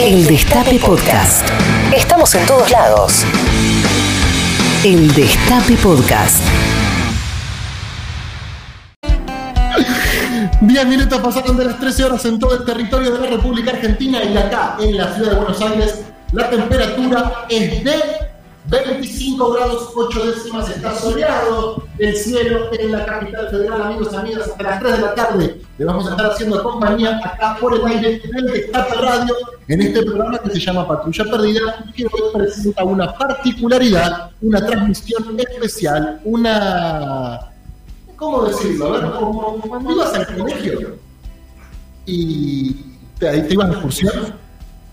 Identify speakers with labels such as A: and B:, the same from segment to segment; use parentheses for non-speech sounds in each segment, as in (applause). A: El Destape Podcast. Estamos en todos lados. El Destape Podcast.
B: 10 minutos pasaron de las 13 horas en todo el territorio de la República Argentina y acá, en la ciudad de Buenos Aires, la temperatura es de 25 grados 8 décimas. Está soleado el cielo en la capital federal, amigos, amigas. Hasta las 3 de la tarde le vamos a estar haciendo compañía acá por el aire del Destape Radio en este programa que se llama Patrulla Perdida y que hoy presenta una particularidad, una transmisión especial, una ¿cómo decirlo? A ver, como cuando ibas al colegio y te, ahí te ibas de excursión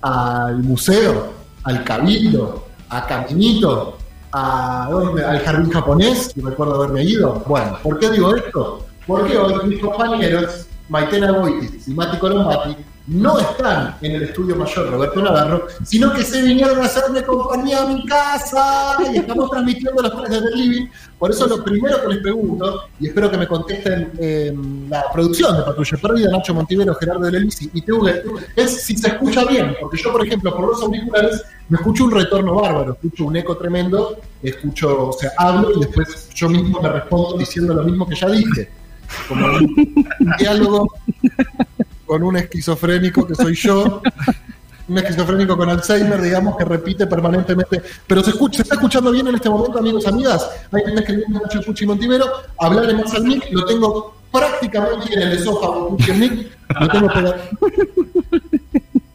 B: al museo, al cabildo, a Caminito, a, ¿dónde? al jardín japonés, y recuerdo haberme ido. Bueno, ¿por qué digo esto? Porque hoy mis compañeros, Maitena Boitis y Mati Colombati, no están en el estudio mayor Roberto Navarro, sino que se vinieron a hacerme compañía a mi casa y estamos transmitiendo los tres desde el living. Por eso lo primero que les pregunto, y espero que me contesten eh, la producción de Patrulla Perdida, Nacho Montivero, Gerardo del Elisi y Tugue, es si se escucha bien, porque yo, por ejemplo, por los auriculares me escucho un retorno bárbaro, escucho un eco tremendo, escucho, o sea, hablo y después yo mismo me respondo diciendo lo mismo que ya dije. Como un diálogo con un esquizofrénico que soy yo, un esquizofrénico con Alzheimer, digamos, que repite permanentemente. Pero se, escucha, se está escuchando bien en este momento, amigos, amigas. Ahí tenés que viene Nacho Pucci Montivero, hablarle más al mic, lo tengo prácticamente en el esófago, Pucci el mic, lo tengo pega-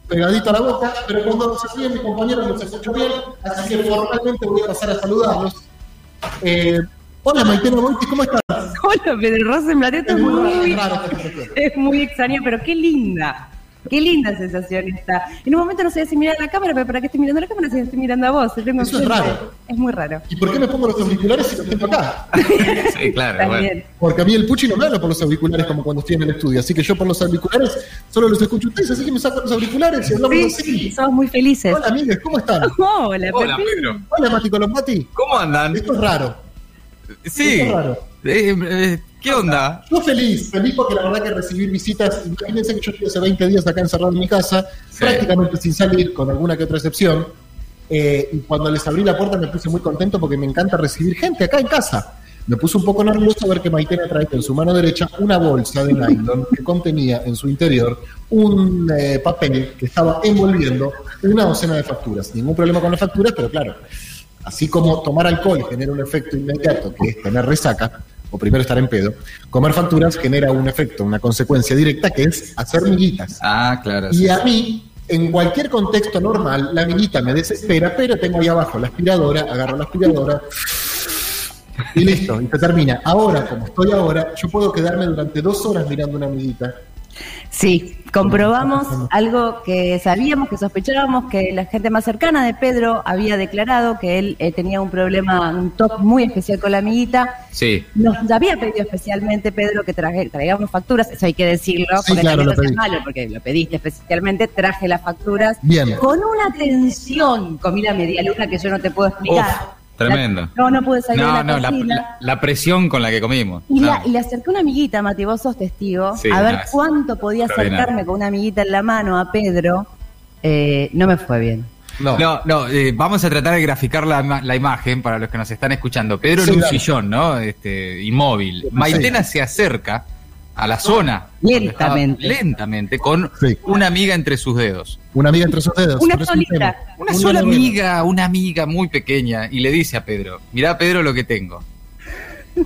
B: pegadito a la boca, pero cuando se siguen mis compañeros los escucho bien, así que formalmente voy a pasar a saludarlos. Eh, hola Maitena Boiti, ¿cómo estás?
C: Hola, Pedro Rosenblatt, es muy, (laughs) es muy extraña, pero qué linda. Qué linda sensación está. En un momento no sabía si mirar a la cámara, pero para qué estoy mirando a la cámara si estoy mirando a vos. Te tengo
B: Eso es
C: enfrente.
B: raro.
C: Es muy raro.
B: ¿Y por qué me pongo los auriculares si los tengo acá?
D: Sí, Eh,
C: (laughs)
D: claro,
C: También.
B: Porque a mí el Puchi no me habla por los auriculares como cuando estoy en el estudio. Así que yo por los auriculares solo los escucho a ustedes, así que me saco los auriculares y hablamos
C: Sí,
B: así.
C: somos muy felices.
B: Hola, amigues, ¿cómo
C: (laughs)
B: están?
C: Hola,
D: Hola,
C: Pepe.
D: Pedro.
B: Hola, Mati Colombati.
D: ¿Cómo andan?
B: Esto es raro.
D: Sí.
B: Esto es raro.
D: Eh, eh, ¿Qué onda?
B: Yo feliz, feliz porque la verdad que recibí visitas. Imagínense que yo estoy hace 20 días acá encerrado en mi casa,
D: Sí.
B: prácticamente sin salir, con alguna que otra excepción. Eh, y cuando les abrí la puerta me puse muy contento porque me encanta recibir gente acá en casa. Me puse un poco nervioso ver que Maitena trae en su mano derecha una bolsa de nylon que contenía en su interior un eh, papel que estaba envolviendo una docena de facturas. Ningún problema con las facturas, pero claro, Así como tomar alcohol genera un efecto inmediato, que es tener resaca, o primero estar en pedo, comer facturas genera un efecto, una consecuencia directa, que es hacer miguitas.
D: Ah, claro.
B: Y a mí, en cualquier contexto normal, la miguita me desespera, pero tengo ahí abajo la aspiradora, agarro la aspiradora. Y listo, y se termina. Ahora, como estoy ahora, yo puedo quedarme durante dos horas mirando una miguita.
C: Sí, comprobamos algo que sabíamos, que sospechábamos, que la gente más cercana de Pedro había declarado que él eh, tenía un problema, un top muy especial con la amiguita.
D: Sí.
C: Nos había pedido especialmente, Pedro, que traje- traigamos facturas, eso hay que decirlo,
B: Sí,
C: porque
B: claro,
C: también
B: lo
C: no seas
B: pedí.
C: malo, porque lo pediste especialmente, traje las facturas.
B: Bien.
C: Con una tensión, comí la media luna que yo no te puedo explicar.
D: Uf, tremendo.
C: La- no, no pude salir
D: No,
C: de la
D: no, la,
C: cocina.
D: la- la presión con la que comimos.
C: Y,
D: No.
C: la- y le acerqué una amiguita, Mati, vos sos testigo,
D: Sí,
C: a ver
D: no, es
C: cuánto podía
D: extraordinario.
C: acercarme con una amiguita en la mano a Pedro. Eh, no me fue bien.
B: No.
D: No, no, eh, vamos a tratar de graficar la, ima- la imagen para los que nos están escuchando. Pedro
B: Sí,
D: en un
B: claro.
D: sillón, ¿no? Este, inmóvil. Maitena se acerca a la zona. donde estaba,
C: Lentamente.
D: lentamente, con
B: Sí.
D: una amiga entre sus dedos.
B: Una amiga entre sus dedos.
C: Una
B: pero es un
C: solita.
B: tema.
D: Una sola
B: novela.
D: amiga, una amiga muy pequeña, y le dice a Pedro, mirá Pedro lo que tengo.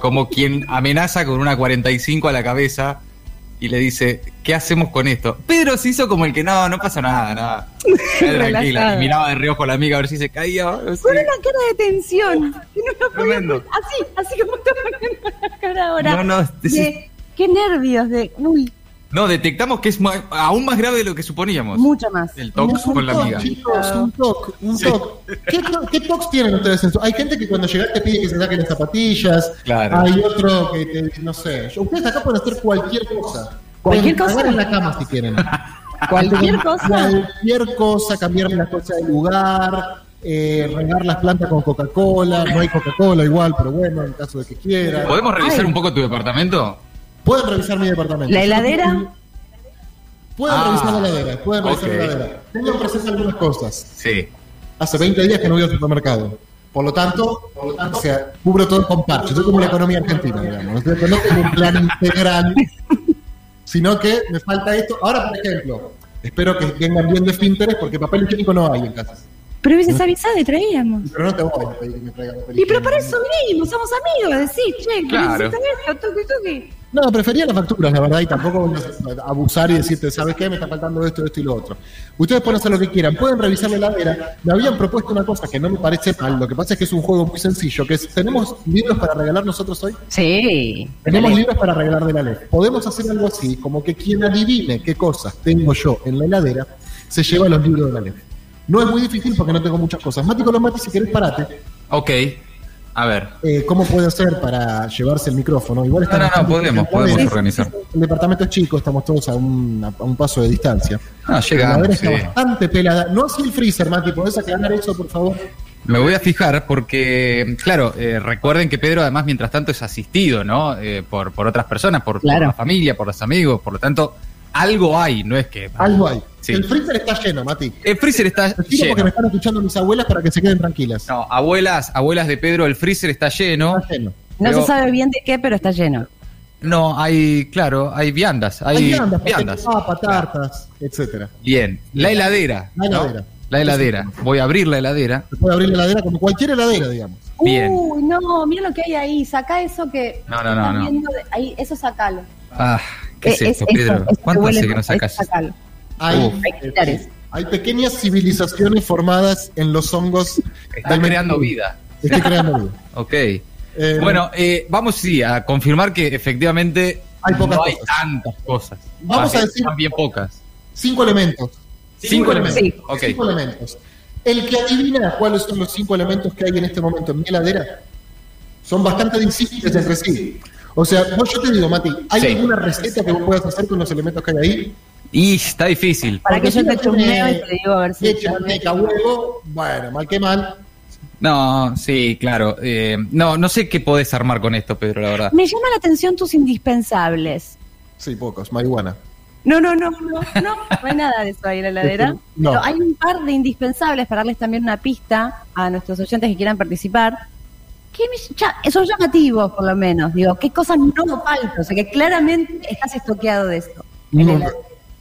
D: Como quien amenaza con una 45 a la cabeza y le dice, ¿qué hacemos con esto? Pedro se hizo como el que no, no pasa nada, nada.
C: (laughs)
D: Quedá Tranquila,
C: Relajado.
D: y miraba de reojo a la amiga a ver si se caía. o no sé.
C: Con una cara de tensión. que no la podía
D: Tremendo.
C: poner. Así, así como está poniendo la cara ahora.
D: No, no,
C: De,
D: es-
C: Qué nervios, de. Uy,
D: No, detectamos que es ma- aún más grave de lo que suponíamos.
C: mucho más.
D: El tox
B: un
D: con la
B: toc,
D: amiga.
B: Chicos, un toc, un toc. ¿Qué, to- qué tocs tienen ustedes en su- Hay gente que cuando llegas te pide que se saquen las zapatillas.
D: Claro.
B: Hay otro que te, no sé. Yo- Ustedes acá pueden hacer cualquier cosa.
C: Cualquier cosa.
B: Cagar en la cama si quieren.
C: (laughs) Cualquier cosa.
B: Cualquier cosa, cambiar la cosa de lugar, eh, regar las plantas con Coca-Cola. No hay Coca-Cola igual, pero bueno, en caso de que quieran.
D: ¿Podemos revisar
C: Ay.
D: un poco tu departamento?
B: Pueden revisar mi departamento.
C: ¿La heladera?
B: Pueden
D: Ah,
B: revisar la heladera, pueden revisar
D: ok.
B: la heladera. Tengan presente algunas cosas.
D: Sí.
B: Hace 20 días que no voy al supermercado. Por lo tanto, por lo tanto, o sea, cubro todo con parche. Soy como la economía argentina, digamos. No tengo- no tengo un plan integral, sino que me falta esto. Ahora, por ejemplo, espero que vengan bien de Pinterest porque papel higiénico no hay en casa.
C: Pero hubieses avisado y traíamos.
B: Pero no te voy a pedir que me traigan papel
C: Y pero
B: higiénico.
C: para eso vinimos, somos amigos, decís, che,
D: Claro.
C: necesitas esto, toque, toque.
B: No, prefería las facturas, la verdad, y tampoco voy a abusar y decirte, ¿sabes qué? Me está faltando esto, esto y lo otro. Ustedes pueden hacer lo que quieran, pueden revisar la heladera. Me habían propuesto una cosa que no me parece mal, lo que pasa es que es un juego muy sencillo, que es, ¿tenemos libros para regalar nosotros hoy?
C: Sí.
B: Tenemos libros para regalar de la ley. Podemos hacer algo así, como que quien adivine qué cosas tengo yo en la heladera, se lleva los libros de la ley. No es muy difícil porque no tengo muchas cosas. Mati Colomati, si querés, parate.
D: Ok. A ver.
B: Eh, ¿Cómo puede hacer para llevarse el micrófono? Igual
D: No, no, no, podemos, podemos
C: Sí, sí,
D: organizar.
B: El departamento es chico, estamos todos a un, a un paso de distancia.
D: No,
B: La heladera
D: Ah, llegamos.
B: está
D: sí.
B: bastante pelada. No así el freezer, Mati. ¿Podés aclarar eso, por favor?
D: Me voy a fijar porque, claro, eh, recuerden que Pedro además mientras tanto es asistido, ¿no? Eh, por, por otras personas, por, por
C: Claro.
D: la familia, por los amigos, por lo tanto, algo hay, no es que...
B: Algo hay.
D: Ah, Sí.
B: El freezer está lleno, Mati.
D: El freezer está
B: Lo tiro porque me
D: lleno.
B: están escuchando mis abuelas para que se queden tranquilas.
D: No, abuelas, abuelas de Pedro, el freezer está lleno.
B: Está lleno.
C: No
D: Pero-
C: se sabe bien de qué, pero está lleno.
D: No, hay, claro, hay viandas, hay, viandas.
B: viandas, papas, tartas, etcétera.
D: Bien, la heladera.
B: La
D: ¿no?
B: heladera.
D: La heladera. Voy a abrir la heladera.
B: Se puede abrir la heladera como cualquier heladera, digamos.
D: Bien.
C: Uy, no, mira lo que hay ahí. Sacá eso que.
D: No, no, no,
C: estás
D: no.
C: viendo de- ahí, eso sacalo.
D: Ah, ¿qué es
C: Eh,
D: esto,
C: eso,
D: Pedro?
C: eso que
D: ¿Cuánto
C: huele
D: hace que no
C: mal,
D: sacas?
C: eso sacalo.
B: Hay,
D: Uf.
C: Hay que quitar eso.
B: hay pequeñas civilizaciones formadas en los hongos.
D: Está creando vida.
B: Estoy creando vida.
D: Ok.
B: Eh,
D: Bueno, eh, vamos sí a confirmar que efectivamente
B: Hay pocas
D: no hay
B: cosas.
D: tantas cosas.
B: Vamos
D: Ah,
B: a decir-
D: están bien pocas.
B: Cinco elementos.
D: Cinco elementos.
C: Sí.
D: Ok.
B: Cinco elementos. El que adivina cuáles son los cinco elementos que hay en este momento en mi heladera son bastante disímiles entre sí. O sea, vos yo te digo, Mati, ¿hay
D: Sí.
B: alguna receta que vos puedas hacer con los elementos que hay ahí?
D: Y está difícil.
C: Para que yo te
B: Porque si no tiene
C: chusmeo y te digo a ver si.
B: Leche, manteca, huevo, bueno, mal que mal.
D: No, sí, claro. Eh, no, no sé qué podés armar con esto, Pedro, la verdad.
C: Me llama la atención tus indispensables.
B: Sí, pocos, marihuana.
C: No, no, no, no, no, no hay nada de eso ahí en la heladera.
B: Este, No.
C: Pero hay un par de indispensables para darles también una pista a nuestros oyentes que quieran participar. Que me- ya- son llamativos, por lo menos. Digo, qué cosas no faltan. O sea, que claramente estás estoqueado de esto.
B: No, Eh,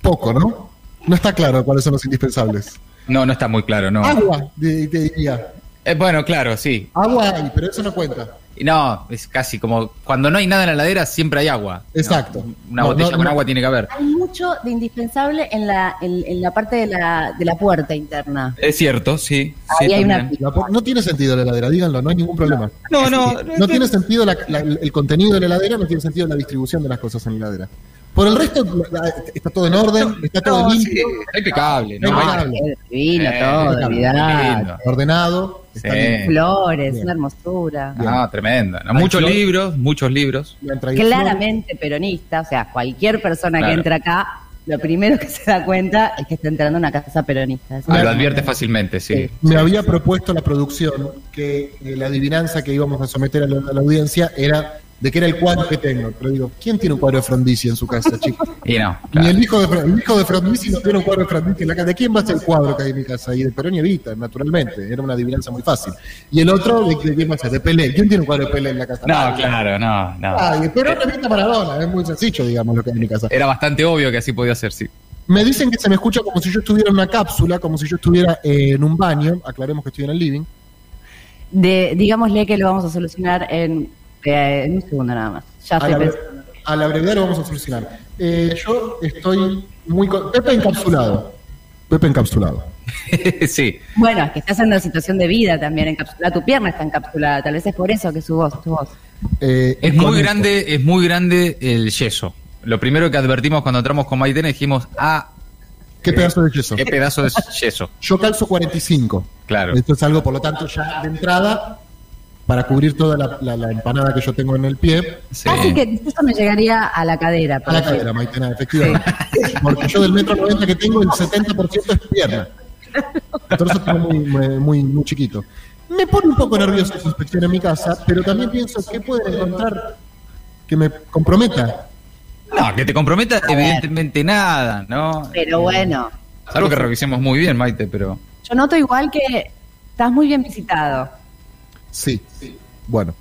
B: poco, ¿no? No está claro cuáles son los indispensables.
D: No, no está muy claro, no.
B: Agua, te te diría.
D: Eh, bueno, claro, sí.
B: Agua hay, pero eso no cuenta.
D: Y No, es casi como cuando no hay nada en la heladera, siempre hay agua.
B: Exacto.
D: Una
B: No,
D: botella
B: no,
D: con
B: no.
D: agua tiene que haber.
C: Hay mucho de indispensable en la, en, en la parte de la, de la puerta interna.
D: Es cierto, sí.
C: Ahí
D: sí,
C: hay una
D: también.
B: La po- no tiene sentido la heladera, díganlo, no hay ningún problema.
D: No, no,
B: No tiene sentido la- la- el contenido de la heladera, no tiene sentido la distribución de las cosas en la heladera. Por el resto, la- la- está todo en orden, está todo
D: No,
B: limpio,
D: sí, está impecable, ¿no?
B: No,
D: Hay-
B: impecable.
C: qué divino
D: Eh,
C: todo, olvidate.
D: lindo.
B: ordenado, está
D: Sí.
B: bien.
C: Flores,
B: Bien.
C: una hermosura.
B: Bien.
D: Ah, tremendo. ¿no?
B: Hay
D: Muchos
B: flor-
D: libros, muchos libros.
B: Le han traído
C: Claramente peronista, o sea, cualquier persona
D: Claro.
C: que entra acá, lo primero que se da cuenta es que está entrando a una casa peronista. Es
D: Ah,
C: una-
D: lo advierte fácilmente, sí.
B: flores. Me había propuesto la producción que eh, la adivinanza que íbamos a someter a la, a la audiencia era de qué era el cuadro que tengo. Pero digo, ¿quién tiene un cuadro de Frondizi en su casa, chicos?
D: Y no,
B: Ni
D: claro.
B: el hijo de, Fra- el hijo de Frondizi no tiene un cuadro de Frondizi en la casa. ¿De quién va a ser el cuadro que hay en mi casa? Y de Perón y Evita, naturalmente. Era una adivinanza muy fácil. Y el otro, ¿de, de quién va a ser? De Pelé. ¿Quién tiene un cuadro de Pelé en la casa?
D: No, claro, no, no.
B: Nadie. Perón, Evita, Maradona. Es muy sencillo, digamos, lo que hay en mi casa.
D: Era bastante obvio que así podía ser, sí. (laughs)
B: Me dicen que se me escucha como si yo estuviera en una cápsula, como si yo estuviera eh, en un baño. Aclaremos que estoy en el living.
C: de- digámosle que lo vamos a solucionar en, eh, en un segundo nada más. Ya
B: A
C: estoy
B: la, bre-
C: pensando.
B: a la brevedad lo vamos a solucionar. Eh, yo estoy muy... con- Pepe encapsulado. Pepe encapsulado.
D: sí.
C: Bueno, es que estás en una situación de vida también encapsulada. Tu pierna está encapsulada, tal vez es por eso que su voz, tu voz.
B: Eh,
D: Es
B: y con
D: muy
B: esto.
D: grande, es muy grande el yeso. Lo primero que advertimos cuando entramos con Maitena dijimos, ah,
B: este. ¿Qué pedazo de yeso?
D: qué pedazo de yeso.
B: Yo calzo 45.
D: Claro.
B: Esto es algo, por lo tanto, ya de entrada, para cubrir toda la, la- la empanada que yo tengo en el pie.
D: Sí.
C: (laughs) Así que eso me llegaría a la cadera.
B: A
C: por
B: la
C: ejemplo.
B: cadera, Maitena, efectivamente. Porque yo del metro 90 que tengo, el 70% es pierna. Entonces estoy muy, muy, muy- muy chiquito. Me pone un poco nervioso su inspección en mi casa, pero también pienso que pueden encontrar que me comprometa.
D: No, que te comprometa
C: ver.
D: evidentemente nada, ¿no? Eh,
C: Pero bueno,
D: Salvo que revisemos muy bien, Maite, pero...
C: yo noto igual que estás muy bien visitado.
B: Sí. Bueno.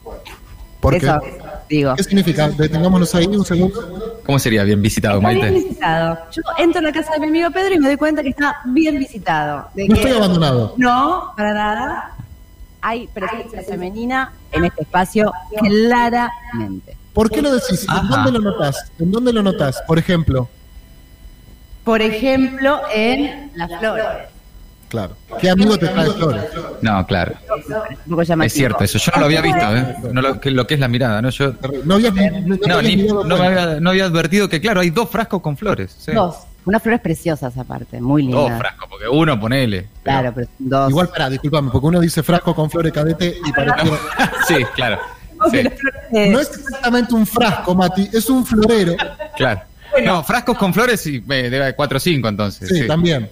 B: Porque,
C: Eso digo.
B: ¿Qué significa? Detengámonos ahí un segundo.
D: ¿Cómo sería bien visitado,
C: Está bien
D: Maite?
C: visitado. Yo entro en la casa de mi amigo Pedro y me doy cuenta que está bien visitado. De
B: No
C: que-
B: estoy abandonado.
C: No, para nada. Hay presencia femenina en este espacio claramente.
B: ¿Por qué lo decís? ¿En
D: Ajá.
B: dónde lo notás? ¿En dónde lo notás? Por ejemplo.
C: Por ejemplo, en las flores.
B: Claro. ¿Qué amigo te trae flores?
D: No, claro.
C: Un poco llamativo.
D: Es cierto eso. Yo no lo había visto, ¿eh? No lo, que, lo que es la mirada, ¿no? Yo...
B: No habías, no, pues. te
D: No,
B: habías
D: ni-
B: mirado
D: no me
B: cuenta.
D: había, no había advertido que, claro, hay dos frascos con flores. sí.
C: Dos. Unas flores preciosas aparte, muy lindas.
D: Dos frascos, porque uno ponele.
C: Claro, pero son dos.
B: Igual, pará, disculpame, porque uno dice frasco con flores cadete y pareciera...
D: (laughs) sí, claro.
C: Como que
D: Sí,
C: las flores de-
B: No es exactamente un frasco, Mati, es un florero.
D: claro. No, frascos con flores y me debe 4 o 5 entonces.
B: Sí,
D: sí,
B: también.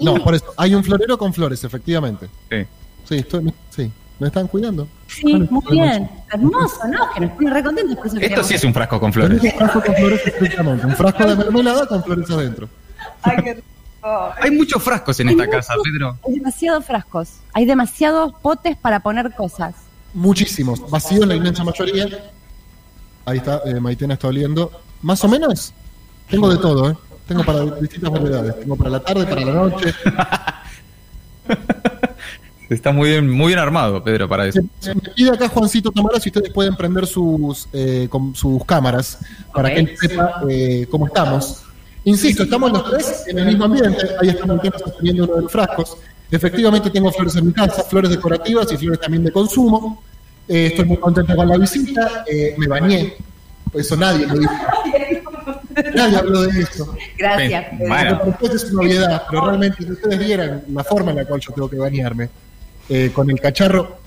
B: No, por eso, hay un florero con flores, efectivamente.
D: sí.
B: Sí, estoy, sí, me están cuidando.
C: Sí, muy bien. Hermoso, ¿no? Que nos pone recontentos por eso.
D: Esto sí es un frasco con
B: Tenés
D: flores.
B: un frasco con flores, efectivamente. Un frasco de mermelada con flores adentro.
C: Ay, qué rico.
D: Hay muchos frascos en esta casa, Pedro.
C: Hay demasiados frascos. Hay demasiados potes para poner cosas.
B: Muchísimos, vacíos la inmensa mayoría. Ahí está, eh, Maitena está oliendo. Más o menos, tengo de todo, ¿eh? Tengo para distintas variedades. Tengo para la tarde, para la noche.
D: Está muy bien, muy bien armado, Pedro, para eso.
B: Se, se me pide acá Juancito Tamara si ustedes pueden prender sus, eh, con sus cámaras para
C: Ok.
B: que él sepa eh, cómo estamos. Insisto, estamos los tres en el mismo ambiente. Ahí estamos sosteniendo uno de los frascos. Efectivamente, tengo flores en mi casa, flores decorativas y flores también de consumo. Eh, estoy muy contento con la visita. Eh, me bañé. Eso nadie lo dijo. Nadie habló de eso.
C: Gracias.
D: Ven,
C: Pedro.
D: bueno.
B: Porque después es una obviedad, pero realmente si ustedes vieran la forma en la cual yo tengo que bañarme eh, con el cacharro,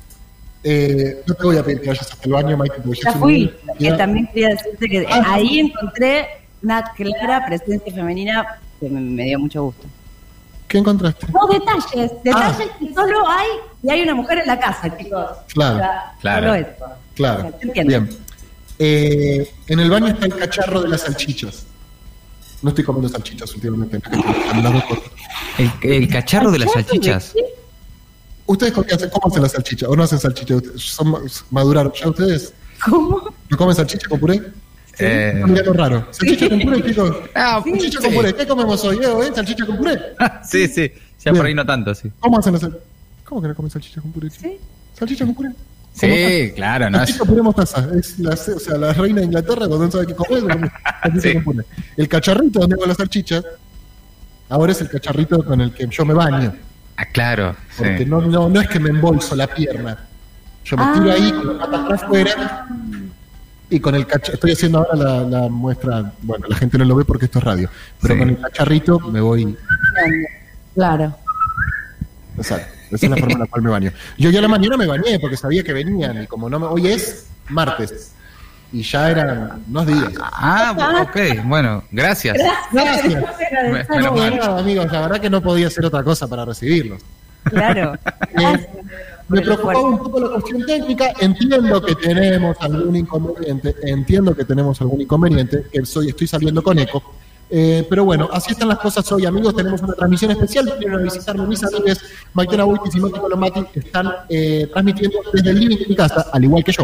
B: eh, no te voy a pedir que vayas hasta el baño, Mike. porque
C: Ya
B: es una
C: fui.
B: obviedad.
C: Eh, también quería decirte que eh,
B: Ah.
C: ahí encontré una clara presencia femenina que me, me dio mucho gusto. Ah.
B: ¿Qué encontraste?
C: Dos detalles. Detalles que solo hay y hay una mujer en la casa, chicos.
B: Claro,
C: O sea,
D: claro.
C: Solo eso.
B: Claro.
C: Te entiendo.
B: Bien. Eh, en el baño está el cacharro de las salchichas. No estoy comiendo salchichas últimamente. hablando por-
D: El, el cacharro de
C: (laughs)
D: las salchichas.
B: ¿Ustedes con qué hacen? ¿Cómo hacen las salchichas? ¿O no hacen salchichas? Ustedes Son, más- maduraron. ¿Ya ustedes
C: ¿Cómo?
B: no comen salchicha con puré?
D: Eh,
B: Un gato raro. ¿Salchicha con puré, chicos?
D: (laughs) Ah,
B: Salchicha con puré. ¿Qué comemos hoy, Diego, eh? ¿Salchicha con puré?
D: (laughs) sí, sí. Ya por ahí no tanto, sí.
B: ¿Cómo hacen las sal- ¿Cómo que no comen salchicha con puré?
C: Sí.
B: ¿Salchicha con puré?
D: Sí, claro, no es-
B: Salchicha, puré, mostaza. Es la, o sea, la reina de Inglaterra cuando no sabe qué comer, come salchicha
D: Sí.
B: con puré. El cacharrito donde hago las salchichas, ahora es el cacharrito con el que yo me baño.
D: Ah, claro. sí.
B: Porque no, no, no es que me embolso la pierna. Yo me tiro ahí con las patas para afuera y con el cacharrito. Estoy haciendo ahora la, la muestra. Bueno, la gente no lo ve porque esto es radio. Pero
D: Sí.
B: con el cacharrito me voy
C: Claro.
B: Exacto. Esa es la forma en la cual me baño. Yo ya a la mañana me bañé porque sabía que venían y como no me, hoy es martes y ya eran unos días.
D: Ah, ok, bueno, gracias.
B: Gracias.
D: Me-
B: No,
D: menos mal.
B: nada, amigos, la verdad que no podía hacer otra cosa para recibirlos.
D: (laughs)
C: Claro. Ah,
B: Eh, me
C: Por el
B: preocupaba un poco la cuestión técnica, entiendo que tenemos algún inconveniente, entiendo que tenemos algún inconveniente, que soy, estoy saliendo con eco. Eh, pero bueno, así están las cosas hoy, amigos. Tenemos una transmisión especial. Vinieron a visitarme mis amigos Maitena Buitis y Mati Colomati, que están eh, transmitiendo desde el living de mi casa, al igual que yo.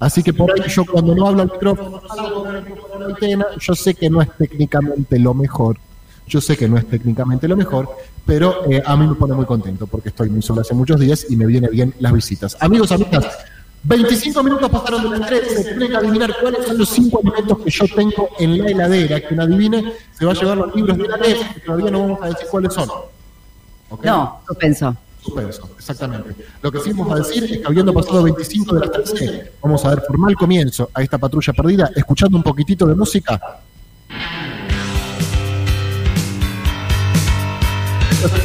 B: Así que por ahí yo cuando no hablo al micrófono, salgo con el micrófono de Maitena, yo sé que no es técnicamente lo mejor. Yo sé que no es técnicamente lo mejor, pero eh, a mí me pone muy contento porque estoy muy solo hace muchos días y me vienen bien las visitas. Amigos, amigas, 25 minutos pasaron de las 13. Tienen que adivinar cuáles son los 5 alimentos que yo tengo en la heladera. Quien adivine se va a llevar los libros de la ley, que todavía no vamos a decir cuáles son. ¿Ok?
C: No, suspenso.
B: Suspenso, exactamente. Lo que sí vamos a decir es que habiendo pasado 25 de las 13, vamos a dar formal comienzo a esta patrulla perdida, escuchando un poquitito de música.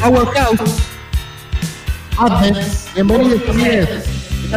B: Our House. Advent. Bienvenidos también. Esta